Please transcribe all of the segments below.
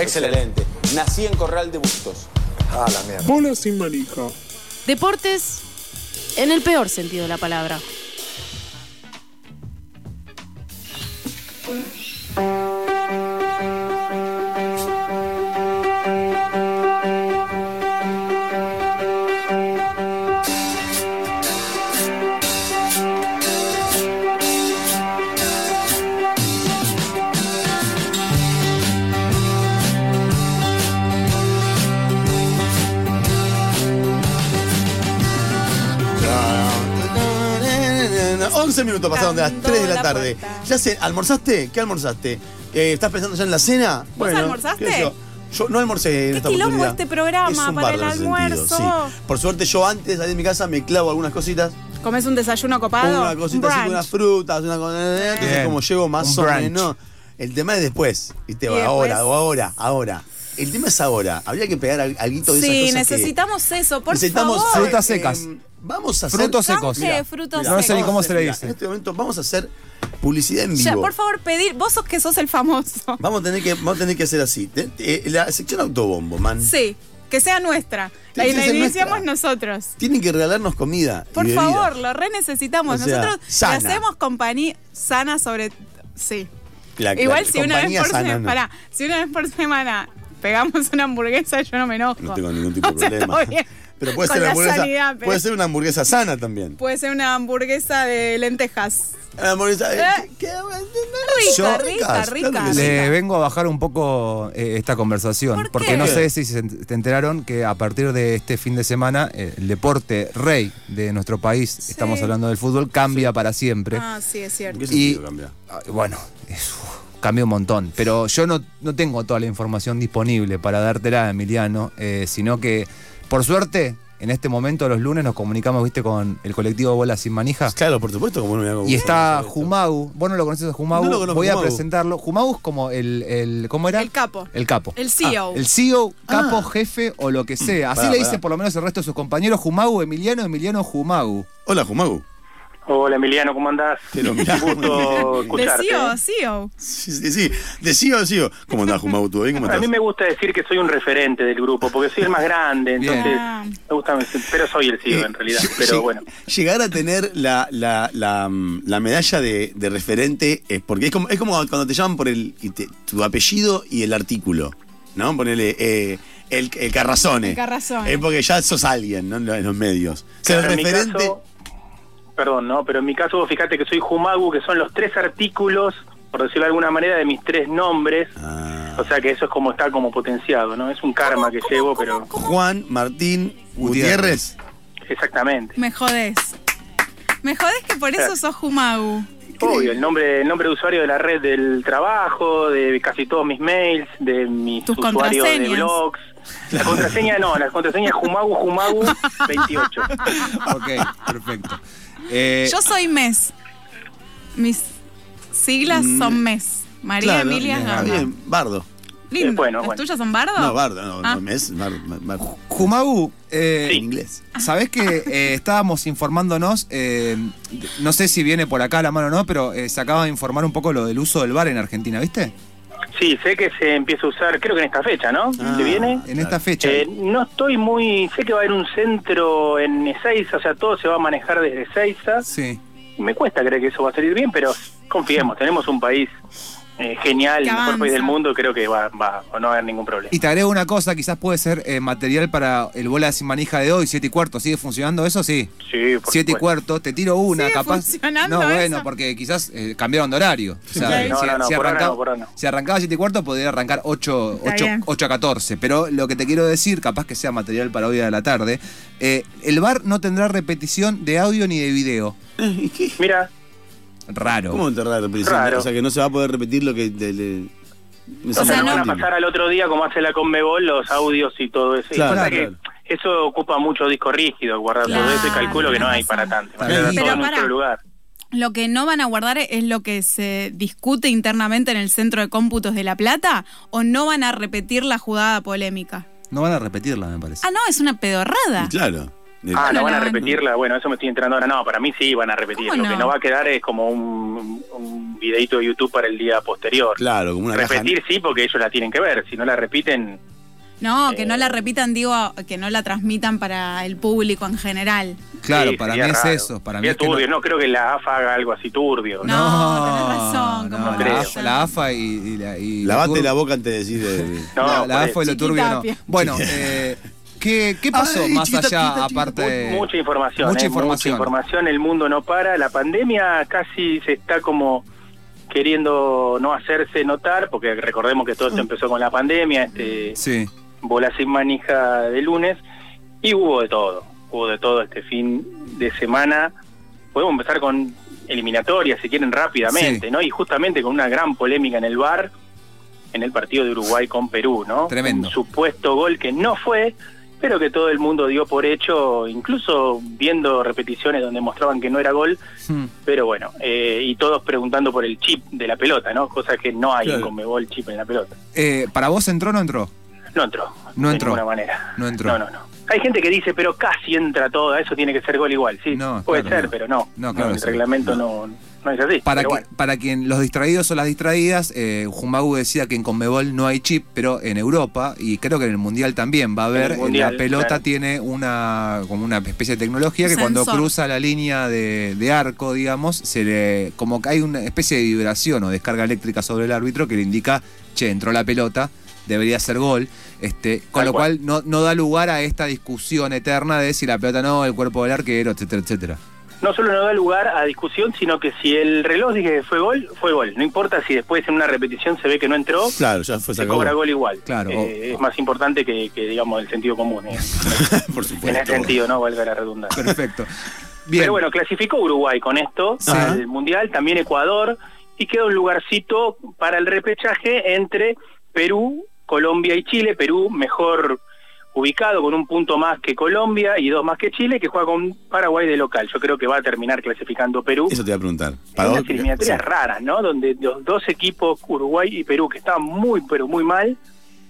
Excelente. Nací en Corral de Bustos. Ah, la mierda. Bola sin manija. Deportes en el peor sentido de la palabra. Na, na, na, 11 minutos pasaron de las 3 de la Tocando la tarde. puerta. Ya sé, ¿almorzaste? ¿Qué almorzaste? Eh, ¿Estás pensando ya en la cena? almorzaste? qué sé yo. Yo no almorcé en Qué esta quilombo oportunidad. este programa Es un para bardo el en ese almuerzo. sí. Por suerte yo antes de salir de mi casa me clavo algunas cositas. ¿Comes un desayuno copado? Una cosita así, Brunch. unas frutas, una cosa. eh, Entonces, Bien. como llego más Un o brunch. menos. El tema es después. ¿viste? Y después- Ahora, o ahora, ahora. El tema es ahora. Habría que pegar al- alguito de esas Sí, cosas que- necesitamos eso, por Necesitamos favor. Frutas secas. eh, vamos a hacer. Frutos Canje secos. de frutos no sé secos. ni cómo se le Mira, En dice. este momento vamos a hacer publicidad en O vivo. sea, por favor, pedir. Vos sos que sos el famoso. Vamos a tener que, vamos a tener que hacer así. Te- te- eh, la sección autobombo, man. Sí, que sea nuestra. La, Sí, sí, la es iniciamos nuestra. nosotros. Tienen que regalarnos comida. y Por bebida. favor, lo re necesitamos. O sea, Nosotros le sana. hacemos compañía sana sobre. Sí. La- la Igual si una, vez Ah, compañía por sana, semana, no. si una vez por semana pegamos una hamburguesa, yo no me enojo. No tengo ningún tipo de O sea, problema. está bien. Pero puede ser, Con una la hamburguesa, sanidad, pero- puede ser una hamburguesa sana también. Puede ser una hamburguesa de lentejas. Una hamburguesa. Eh, ¿qué- qué- Rica, Yo- rica, Ricas, rica. claro que sí. Le vengo a bajar un poco eh, esta conversación, Ah, ¿Por porque qué? no sé si se ent- te enteraron que a partir de este fin de semana eh, el deporte rey de nuestro país, estamos hablando del fútbol, cambia para siempre. Ah, sí, es ¿En cierto. qué sentido Y- cambia? Ah, Bueno, es- uf, cambió un montón, pero yo no, no tengo toda la información disponible para dártela, Emiliano, eh, sino que por suerte en este momento los lunes nos comunicamos, viste, con el colectivo Bola Sin Manija. Claro, por supuesto, como no me hago Y está esto. Jumagu. Vos no lo conoces a Jumagu. No lo conozco, Voy a Jumagu. presentarlo. Jumagu es como el, el- ¿Cómo era? El capo. El capo. Ah, El E CEO. El CEO, capo, Ah. jefe o lo que sea. Así Pará, le dicen pará. por lo menos el resto de sus compañeros. Jumagu, Emiliano, Emiliano, Jumagu. Hola, Jumagu. Hola Emiliano, ¿cómo andás? Te lo mirá. Un gusto De escucharte. CEO, CEO. Sí, sí, sí. Decío, decío. ¿Cómo andás, Jumagu? ¿Todo bien? ¿Cómo A estás? mí me gusta decir que soy un referente del grupo, porque soy el más grande, Bien. entonces Ah. me gusta, decir- pero soy el CEO en realidad, Lle- pero lle- bueno. Llegar a tener la, la, la, mm, la medalla de, de referente es porque es como, es como cuando te llaman por el y te- tu apellido y el artículo, ¿no? Ponele eh, el, el Carrazone. El Carrazone. Es porque ya sos alguien, ¿no? En los- en los medios. Ser Pero en mi referente. caso- perdón, no, pero en mi caso vos fijate que soy Jumagu, que son los tres artículos, por decirlo de alguna manera, de mis tres nombres, Ah. o sea que eso es como está como potenciado, ¿no? Es un karma que llevo, pero Juan Martín Gutiérrez. Gutiérrez. exactamente. Me jodés. Me jodés que por Eh. eso sos Jumagu. Obvio, el nombre, el nombre de usuario de la red del trabajo, de casi todos mis mails, de mis Tus usuarios de contraseñas. blogs. La contraseña no, la contraseña es Jumagu Jumagu 28. ok, perfecto. Eh, Yo soy MES. Mis siglas son MES. María Mm. Claro, Emilia está Gama. bien, Bardo. Lindo. Eh, bueno, ¿Las bueno. tuyas son bardo? No, Bardo, no, Ah. no, es Bardo, Bardo. Jumagu, eh, En inglés. Sabés que eh, estábamos informándonos, eh, de- no sé si viene por acá a la mano o no, pero eh, se acaba de informar un poco lo del uso del bar en Argentina, ¿viste? Sí, sé que se empieza a usar, creo que en esta fecha, ¿no? Ah. ¿Que viene? En esta fecha. Eh, no estoy muy, sé que va a haber un centro en Ezeiza, o sea, todo se va a manejar desde Ezeiza. sí. Me cuesta creer que eso va a salir bien, pero confiemos, tenemos un país eh, genial, Que el mejor país avanza. del mundo, creo que va, va, no va a haber ningún problema. Y te agrego una cosa, quizás puede ser eh, material para el bola sin manija de hoy, 7 y cuarto. ¿Sigue funcionando eso? Sí. Sí, por 7 y supuesto. cuarto, te tiro una, ¿Sigue capaz. funcionando no, eso? bueno, porque quizás eh, cambiaron de horario. O sea, Sí. No, no, no, por ahora arrancaba- no, por ahora no. si arrancaba 7 y cuarto, podría arrancar 8, Está bien. a 14. Pero lo que te quiero decir, capaz que sea material para hoy a la tarde, eh, el bar no tendrá repetición de audio ni de video. Mira, Raro. ¿Cómo enterrar la prisión? Raro. O sea, que no se va a poder repetir lo que. de- de- no O sé, sea, no no van a entiendo. pasar al otro día como hace la Conmebol los audios y todo eso. Y Claro, pasa claro. que eso ocupa mucho disco rígido, guardar todo Claro, eso y calculo que no hay razón. para tanto. Claro. Van a quedar todo Pero en un pará. solo lugar. Lo que no van a guardar es lo que se discute internamente en el centro de cómputos de La Plata o no van a repetir la jugada polémica. No van a repetirla, me parece. Ah, no, es una pedorrada. Claro. Eh, Ah, ¿no van a no, no. repetirla? Bueno, eso me estoy enterando ahora. No, para mí sí van a repetir. ¿Cómo Lo que no? no va a quedar es como un, un videito de YouTube para el día posterior. Claro, como una caja. Repetir sí, porque ellos la tienen que ver. Si no la repiten, No, que Eh. no la repitan, digo, a- que no la transmitan para el público en general. Claro, sí, para mí sería es raro. eso. Para mí Sería es que no- turbio. No... creo que la AFA haga algo así turbio. No. tenés razón, no, como la, creo. AFA, la AFA y, y la. Y Lavate tur- la boca antes de decir. eh, No, la, la por AFA y lo eso. turbio no. Chiquitapia. Bueno, eh, ¿qué, qué pasó Ay, más chiquita, allá, chiquita, chiquita. aparte de. Mu- mucha información. mucha eh, información. Mucha información, el mundo no para. La pandemia casi se está como queriendo no hacerse notar, porque recordemos que todo esto Mm. empezó con la pandemia, este Sí. bola sin manija de lunes, y hubo de todo. Hubo de todo este fin de semana. Podemos empezar con eliminatorias, si quieren, rápidamente, Sí. ¿no? Y justamente con una gran polémica en el bar, en el partido de Uruguay con Perú, ¿no? Tremendo. Un supuesto gol que no fue, pero que todo el mundo dio por hecho, incluso viendo repeticiones donde mostraban que no era gol, Hmm. pero bueno, eh, y todos preguntando por el chip de la pelota, ¿no? Cosa que no hay Claro. en Conmebol chip en la pelota. Eh, ¿Para vos entró o no entró? No entró. No entró. De ninguna manera. No entró. No, no, no. Hay gente que dice, pero casi entra toda, eso tiene que ser gol igual. Sí, No, puede claro, ser, no. pero no. No, claro el que sí. reglamento no, no es así. Para, pero que- bueno. para quien los distraídos o las distraídas, eh, Jumagu decía que en Conmebol no hay chip, pero en Europa y creo que en el Mundial también va a haber, eh, el Mundial, la pelota claro. tiene una como una especie de tecnología que Un cuando sensor. cruza la línea de, de arco, digamos, se le, como que hay una especie de vibración o descarga eléctrica sobre el árbitro que le indica, che, entró la pelota, debería ser gol. Este, con Tal lo cual. cual, no, no da lugar a esta discusión eterna de si la pelota no, el cuerpo del arquero, etcétera, etcétera. No solo no da lugar a discusión, sino que si el reloj dice que fue gol, fue gol. No importa si después en una repetición se ve que no entró, Claro, ya fue se sacado. cobra gol igual. Claro, Eh, o- es más importante que, que, digamos, el sentido común. eh. Por En ese supuesto. sentido, ¿no? Valga la redundancia. Perfecto. Bien. Pero bueno, clasificó Uruguay con esto Sí. al Mundial, también Ecuador, y queda un lugarcito para el repechaje entre Perú, Colombia y Chile. Perú mejor ubicado con un punto más que Colombia y dos más que Chile, que juega con Paraguay de local. Yo creo que va a terminar clasificando Perú. Eso te iba a preguntar. Para Para unas vos- eliminatorias sí. raras, ¿no? Donde los dos equipos, Uruguay y Perú, que estaban muy, pero muy mal,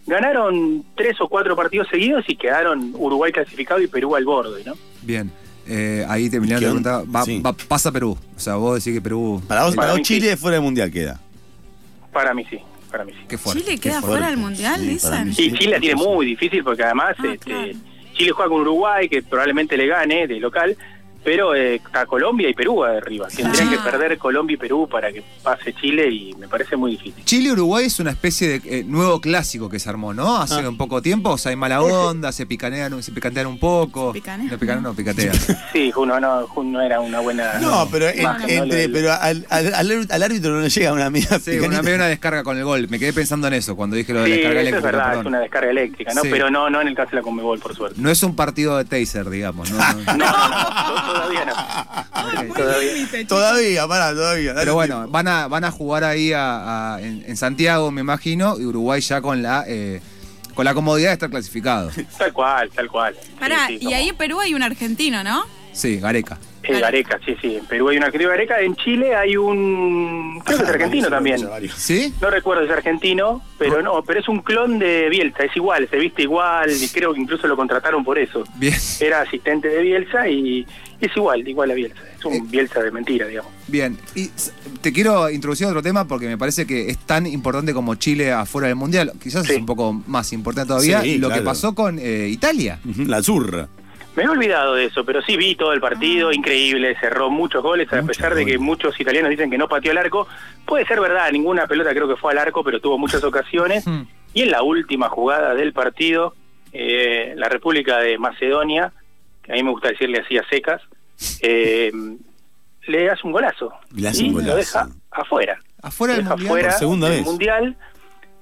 ganaron tres o cuatro partidos seguidos y quedaron Uruguay clasificado y Perú al borde, ¿no? Bien. Eh, ahí terminaron ¿Qué la onda? pregunta. Va- Sí. va- pasa Perú. O sea, vos decís que Perú. Para vos, Para para vos mí sí. Chile fuera del mundial queda. Para mí sí, para mí sí. Qué fuerte. Chile queda fuerte. fuera del mundial, Sí, para dicen. mí Y Chile la tiene muy difícil porque además Ah, este, claro. Chile juega con Uruguay, que probablemente le gane de local, pero eh, está Colombia y Perú arriba. Tendrían Claro. que perder Colombia y Perú para que pase Chile y me parece muy difícil. Chile-Uruguay es una especie de eh, nuevo clásico que se armó, ¿no? Hace Ah. un poco tiempo. O sea, hay mala onda, se picanean, se picantean un poco. Se picanean. No picanean, no picatean. Sí, Juno no, Juno era una buena. No, pero, en- imagen, ¿no? entre, Lo- pero al, al- al- al árbitro no le llega una mía. Sí, una, medio una descarga con el gol. Me quedé pensando en eso cuando dije lo de Sí, la descarga eso es eléctrica. verdad, perdón. es una descarga eléctrica, ¿no? Sí. Pero no, no en el caso de la Conmebol, por suerte. No es un partido de taser, digamos. ¿no? No. No, no, no, todavía no. Ah, Todavía. Todavía, pará, todavía. dale Pero bueno, tiempo. van a, van a jugar ahí a- a- en, en Santiago, me imagino, y Uruguay ya con la, eh, con la comodidad de estar clasificado. Tal cual, tal cual. Pará, Sí, sí, y como- ahí en Perú hay un argentino, ¿no? Sí, Gareca. Eh, Gareca, sí, sí. En Perú hay un argentino Gareca. En Chile hay un. Creo que es argentino también. ¿Sí? No recuerdo si es argentino, pero no, pero es un clon de Bielsa. Es igual, se viste igual y creo que incluso lo contrataron por eso. Bien. Era asistente de Bielsa y es igual, igual a Bielsa. Es un Eh. Bielsa de mentira, digamos. Bien, y s- te quiero introducir otro tema porque me parece que es tan importante como Chile afuera del Mundial, quizás Sí. es un poco más importante todavía, Sí, lo claro. que pasó con eh, Italia. Ujú, La zurra. Me he olvidado de eso, pero sí vi todo el partido, increíble, cerró muchos goles, Ah. a Muchos pesar de que goles. muchos italianos dicen que no pateó al arco. Puede ser verdad, ninguna pelota creo que fue al arco, pero tuvo muchas ocasiones. Hmm. Y en la última jugada del partido, eh, la República de Macedonia, que a mí me gusta decirle así a secas, eh, le hace un golazo. Le hace y un golazo. lo deja afuera. Afuera Lo del deja Mundial. afuera Por segunda del vez. Mundial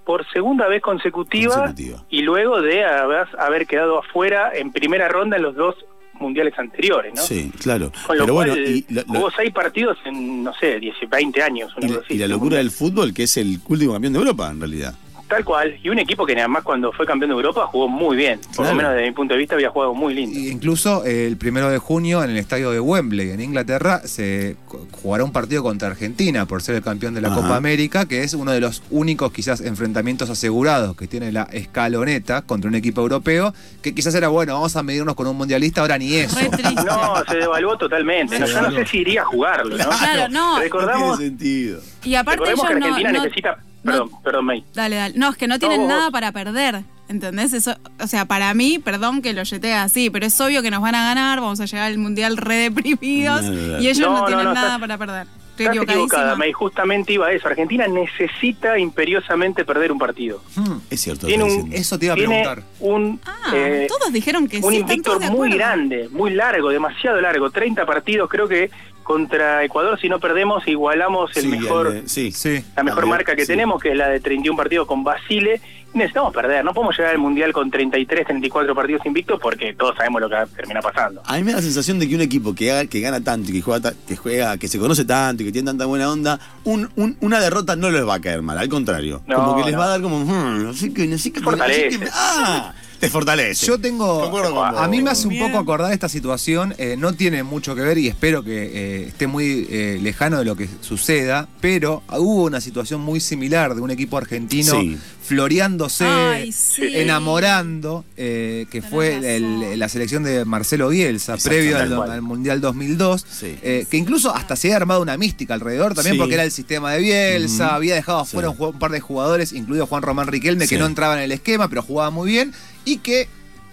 por segunda vez consecutiva, Consecutiva. y luego de haber, haber quedado afuera en primera ronda en los dos mundiales anteriores, ¿no? Sí, claro. Con lo Pero cual, eh, bueno, y, la- la- hubo seis partidos en, no sé, 10, 20 años. una y la- cosa así. y la locura del fútbol, que es el último campeón de Europa, en realidad. Tal cual. Y un equipo que nada más cuando fue campeón de Europa jugó muy bien. Por Claro. lo menos desde mi punto de vista había jugado muy lindo. Y Incluso eh, el primero de junio en el estadio de Wembley, en Inglaterra, se co- jugará un partido contra Argentina por ser el campeón de la Ajá. Copa América, que es uno de los únicos quizás enfrentamientos asegurados que tiene la escaloneta contra un equipo europeo, que quizás era bueno, vamos a medirnos con un mundialista, ahora ni eso. Re triste. No, se devaluó totalmente. No, Se yo no sé devaluó. si iría a jugarlo, ¿no? Claro, no. No Recordamos, tiene sentido. Y aparte ellos recordemos que Argentina no, no- necesita... no- Perdón, perdón, May. Dale, dale. No, es que no tienen vos, nada vos. para perder. ¿Entendés? Eso, o sea, para mí, perdón que lo yetee así, pero es obvio que nos van a ganar, vamos a llegar al mundial re deprimidos Nada. y ellos No, no, no, tienen no, nada estás- para perder. Estoy Estás equivocada, equivocadísima. May. Justamente iba a eso. Argentina necesita imperiosamente perder un partido. Hmm, Es cierto. Tiene lo que un- dicen. eso te iba a Tiene preguntar. un... Ah, eh, todos dijeron que un sí, están invicto todos de muy acuerdo. grande, muy largo, demasiado largo. 30 partidos, creo que contra Ecuador, si no perdemos, igualamos el Sí, mejor, el de- sí. Sí. la mejor el de- marca que sí. tenemos, que es la de 31 partidos con Basile. Necesitamos perder, no podemos llegar al Mundial con 33, 34 partidos invictos porque todos sabemos lo que termina pasando. A mí me da la sensación de que un equipo que, haga- que gana tanto y que juega, ta- que juega, que se conoce tanto y que tiene tanta buena onda, un- un- una derrota no les va a caer mal, al contrario. No, como que les no. va a dar como, "Hmm, no sé qué, no sé qué. no sé qué- Fortalece. ah, te fortalece. Yo tengo. Concuerdo con vos. a mí me hace un Bien. poco acordar esta situación. eh, no tiene mucho que ver y espero que eh, esté muy eh, lejano de lo que suceda. Pero hubo una situación muy similar de un equipo argentino Sí. floreándose, Ay, sí. enamorando, eh, que Tenés razón. fue el- la selección de Marcelo Bielsa, Exacto, previo tal al, cual. al Mundial 2002. Sí. eh, que incluso hasta se había armado una mística alrededor también, Sí. porque era el sistema de Bielsa, Ujú. había dejado Sí. afuera un, jue- un par de jugadores, incluido Juan Román Riquelme, Sí. que no entraba en el esquema, pero jugaba muy bien, y que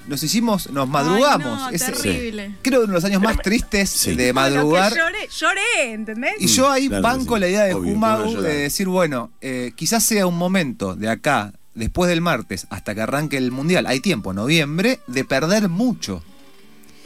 nos hicimos, nos madrugamos. Ay, no, Es- eh, terrible. creo uno de los años más tristes Sí. de Con lo que madrugar. lloré, lloré, ¿entendés? Y yo ahí Claro que banco sí. la idea de Obvio, ¿cómo no Jumau llorar? de decir, bueno, eh, quizás sea un momento de acá, después del martes, hasta que arranque el Mundial, hay tiempo, noviembre, de perder mucho.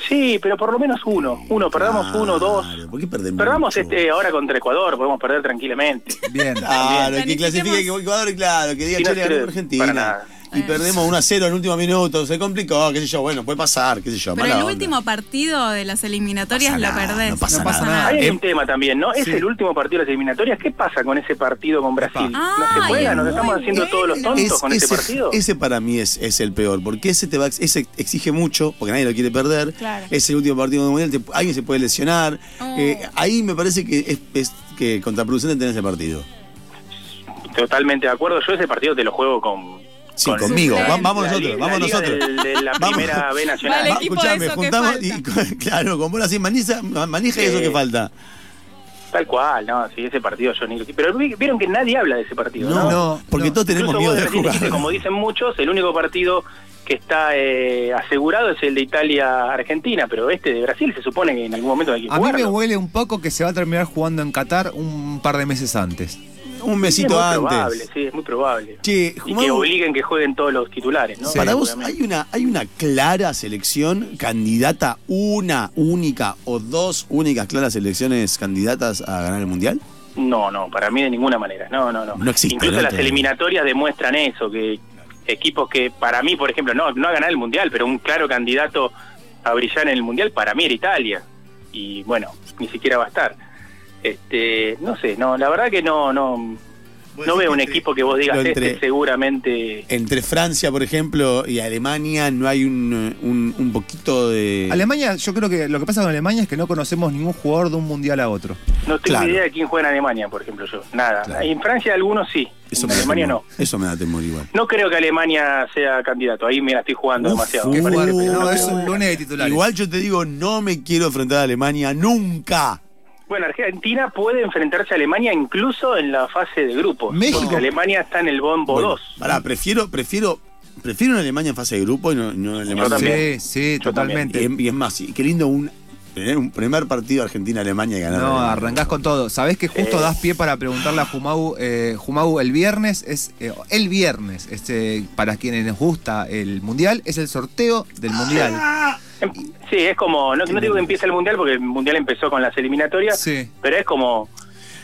Sí, pero por lo menos uno. Uno, perdamos Claro, uno, dos. ¿Por qué perdemos? Perdamos mucho? este ahora contra Ecuador, podemos perder tranquilamente. Bien. Claro, que Bien, clasifique planifiquemos. Ecuador y claro, que diga Y no Chile ganó sirve por Argentina. para nada. Y Eh. perdemos 1 a 0 en el último minuto, se complicó, qué sé yo, bueno, puede pasar, qué sé yo. Pero mala el onda. último partido de las eliminatorias No pasa lo nada, perdés. no pasa nada. Ahí hay Eh, un tema también, ¿no? Es sí. el último partido de las eliminatorias. ¿Qué pasa con ese partido con Brasil? ¿No Ah, se juega? ¿Nos muy estamos haciendo bien. todos los tontos Es- con ese, partido? ese para mí es, es el peor, porque ese te va, ese exige mucho, porque nadie lo quiere perder. Claro. Es el último partido del mundial, te- alguien se puede lesionar. Oh. Eh, ahí me parece que es, es que contraproducente tener ese partido. Totalmente de acuerdo. Yo ese partido te lo juego con... Sí, con- conmigo. Suplente. Va- vamos la nosotros, li- vamos la liga nosotros. del- De, la Vamos. primera B nacional. Vale, Va- equipo escuchame, de eso que juntamos y falta. con- claro, con bolas así, manija, manija y eso Eh. que falta. Tal cual, no, sí, ese partido yo ni... Pero vi- vieron que nadie habla de ese partido, ¿no? No, no, porque no. todos tenemos Incluso miedo vos de recién dijiste, jugar. como dicen muchos, el único partido que está eh, asegurado es el de Italia-Argentina, pero este de Brasil se supone que en algún momento hay que A mí me jugarlo. huele un poco que se va a terminar jugando en Qatar un par de meses antes. Un Sí, es muy mesito probable, antes. sí, es muy probable. Che, Y que Mau, obliguen que jueguen todos los titulares, ¿no? Sí. Para vos, Obviamente. ¿hay una, ¿hay una clara selección candidata, una única o dos únicas claras selecciones candidatas a ganar el Mundial? No, no, para mí de ninguna manera. No, no, no. No existe, Incluso ¿no? las eliminatorias demuestran eso, que equipos que para mí, por ejemplo, no, no a ganar el Mundial, pero un claro candidato a brillar en el Mundial, para mí era Italia. Y bueno, ni siquiera va a estar. Este, no sé, no, la verdad que no, no, no veo un equipo que vos digas, lo entre- este seguramente... Entre Francia, por ejemplo, y Alemania no hay un, un, un poquito de... Alemania, yo creo que lo que pasa con Alemania es que no conocemos ningún jugador de un mundial a otro. No tengo Claro. idea de quién juega en Alemania, por ejemplo, yo. Nada. Claro. En Francia algunos sí, en da Alemania no. temor. Eso me da temor igual. No creo que Alemania sea candidato, ahí me la estoy jugando Uf, demasiado. qué me parece, fuerte, Uh, pero no, creo es que- un lunes de titulares. Igual yo te digo, no me quiero enfrentar a Alemania nunca. Bueno, Argentina puede enfrentarse a Alemania incluso en la fase de grupos. México. Porque Alemania está en el bombo Bueno, 2. pará, prefiero, prefiero, prefiero una Alemania en fase de grupo y no, y no una Alemania en Sí, también. sí, Yo también. totalmente. Y, es- y es más, y qué lindo un, tener un primer partido Argentina-Alemania y ganar. No, Alemania. arrancás con todo. Sabés que justo Eh. das pie para preguntarle a Jumau. eh, Jumau, el viernes es. eh, el viernes, este, para quienes les gusta el mundial, es el sorteo del mundial. Em- Sí, es como, no, no digo que empiece el Mundial porque el Mundial empezó con las eliminatorias, Sí. pero es como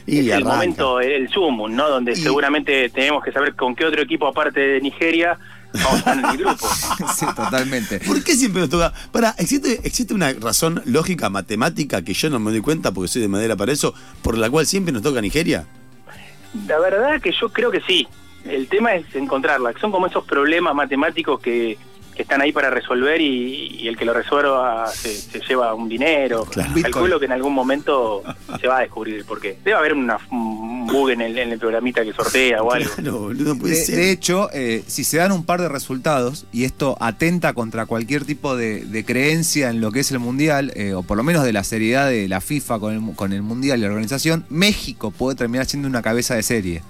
Y es el arranca. momento, el sumum, ¿no? Donde Y- seguramente tenemos que saber con qué otro equipo aparte de Nigeria vamos a estar en el grupo. sí, totalmente. ¿Por qué siempre nos toca? Para, ¿existe, existe una razón lógica, matemática, que yo no me doy cuenta porque soy de madera para eso, por la cual siempre nos toca Nigeria. La verdad que yo creo que sí. el tema es encontrarla. Son como esos problemas matemáticos que, que están ahí para resolver y, y el que lo resuelva se, se lleva un dinero. Claro. Calculo que en algún momento se va a descubrir el porqué. Debe haber una, un bug en el, en el programita que sortea o algo. Claro, boludo, puede De, ser. de hecho, eh, si se dan un par de resultados, y esto atenta contra cualquier tipo de, de creencia en lo que es el Mundial, eh, o por lo menos de la seriedad de la FIFA con el, mu- con el Mundial y la organización, México puede terminar siendo una cabeza de serie.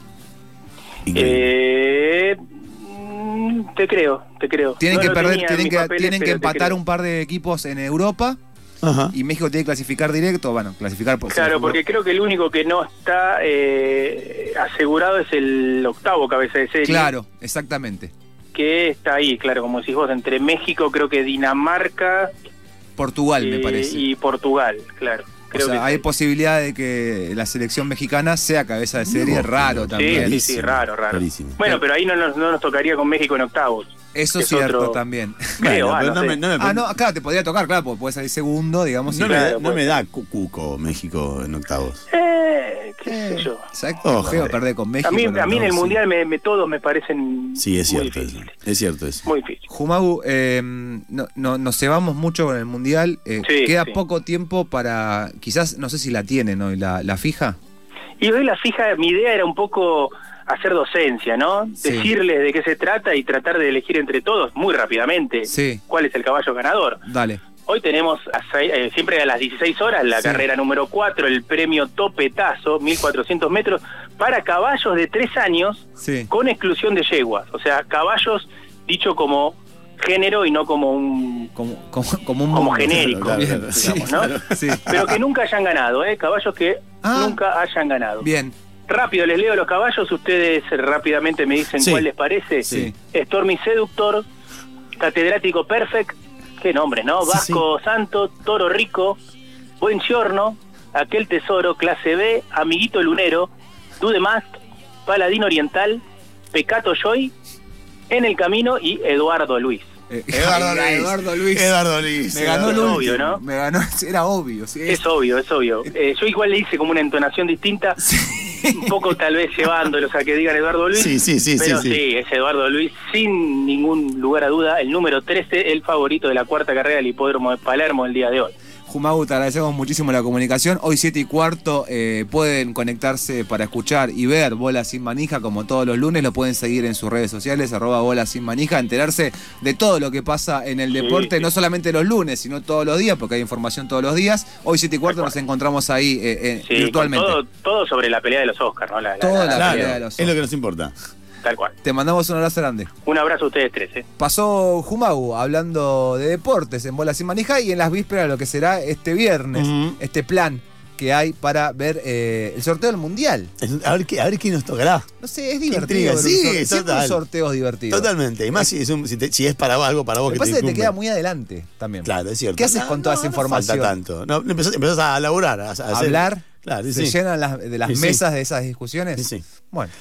Increíble. Eh, mm, te creo, te creo. Tienen No que lo perder, tenía en tienen mis que, papeles, tienen que pero te empatar creo. un par de equipos en Europa Ajá. y México tiene que clasificar directo, bueno, clasificar por Claro, porque creo que el único que no está eh, asegurado es el octavo cabeza de serie. Claro, exactamente. Que está ahí, claro, como decís vos, entre México, creo que Dinamarca Portugal, me eh, parece. y Portugal, claro. Creo o sea, que hay sí. posibilidad de que la selección mexicana sea cabeza de serie, No, raro sí, también. sí, sí, raro, raro. Rarísimo. Bueno, pero ahí no nos, no nos tocaría con México en octavos. Eso que es es cierto otro- también. Creo, Bueno, ah, pero no no me- sé. no me- Ah, no, acá te podría tocar, claro, porque puede salir segundo, digamos. No y- me, Claro, no pues. me da cu- cuco México en octavos. Eh, qué Eh, sé yo. ¿sabes qué Ojo. feo perder con México? a mí, no, a mí en no, el sí. Mundial me, me- todos me parecen Sí, es muy cierto eso. difíciles. Es cierto eso. Muy difícil. Jumabu, eh, no, no- nos cebamos mucho con el Mundial. eh, Sí, queda sí. poco tiempo para. Quizás, no sé si la tienen hoy, la, la fija. Y hoy la fija, mi idea era un poco hacer docencia, ¿no? Sí. Decirles de qué se trata y tratar de elegir entre todos muy rápidamente Sí. cuál es el caballo ganador. Dale. Hoy tenemos a sei- eh, siempre a las 16 horas la Sí. carrera número 4, el premio Topetazo, 1400 metros, para caballos de 3 años Sí. con exclusión de yeguas. O sea, caballos dicho como género y no como un... Como, como, como un. Como mundo. genérico, claro, Bien, claro, sí, digamos, ¿no? sí. Pero que nunca hayan ganado, ¿eh? Caballos que Ah. nunca hayan ganado. Bien. Rápido, les leo los caballos, ustedes rápidamente me dicen Sí. cuál les parece. Sí. Stormy Seductor, Catedrático Perfect, qué nombre, ¿no? Sí, sí. Vasco Santo, Toro Rico, Buen Giorno, Aquel Tesoro, Clase B, Amiguito Lunero, Dudemast, Paladín Oriental, Pecato Joy, En el Camino y Eduardo Luis. Eh, Eduardo ay, Luis. Eduardo Luis. Eduardo Luis. Me ganó el Eduardo. último. Obvio, ¿no? Me ganó. Era obvio. Sí. Es obvio, es obvio. Eh, yo igual le hice como una entonación distinta, un poco tal vez llevándolos a que digan Eduardo Luis. Sí, sí, sí, sí, Pero sí. sí, es Eduardo Luis, sin ningún lugar a duda, el número 13, el favorito de la cuarta carrera del hipódromo de Palermo el día de hoy. Jumagu, te agradecemos muchísimo la comunicación. Hoy 7 y cuarto eh, pueden conectarse para escuchar y ver Bola Sin Manija como todos los lunes. Lo pueden seguir en sus redes sociales, arroba Bola Sin Manija, enterarse de todo lo que pasa en el deporte, sí. no solamente los lunes, sino todos los días, porque hay información todos los días. Hoy 7 y cuarto nos encontramos ahí eh, eh, Sí, virtualmente. con Todo, todo sobre la pelea de los Oscars, ¿no? La- la- Toda la- la Claro, pelea de los es lo que nos importa. Tal cual. Te mandamos un abrazo grande. Un abrazo a ustedes tres, ¿eh? Pasó Jumagu hablando de deportes en Bola Sin Manija y en las vísperas lo que será este viernes, Ujú. este plan que hay para ver eh, el sorteo del Mundial. Es- A ver qué, a ver qué nos tocará. No sé, es intriga, divertido. ver un sí, sorteo. Siempre total. un sorteo es divertido. Totalmente. Y más si es, un- si te- si es para vos, algo para vos Lo que que pasa es que te incumbe. queda muy adelante también. Claro, es cierto. ¿Qué haces No, con toda no, esa no falta información? tanto. No, empezás, empezás a laburar, a, a hacer- Hablar, Claro, y se sí. llenan las- de las Y sí. mesas de esas discusiones. Y sí. Bueno,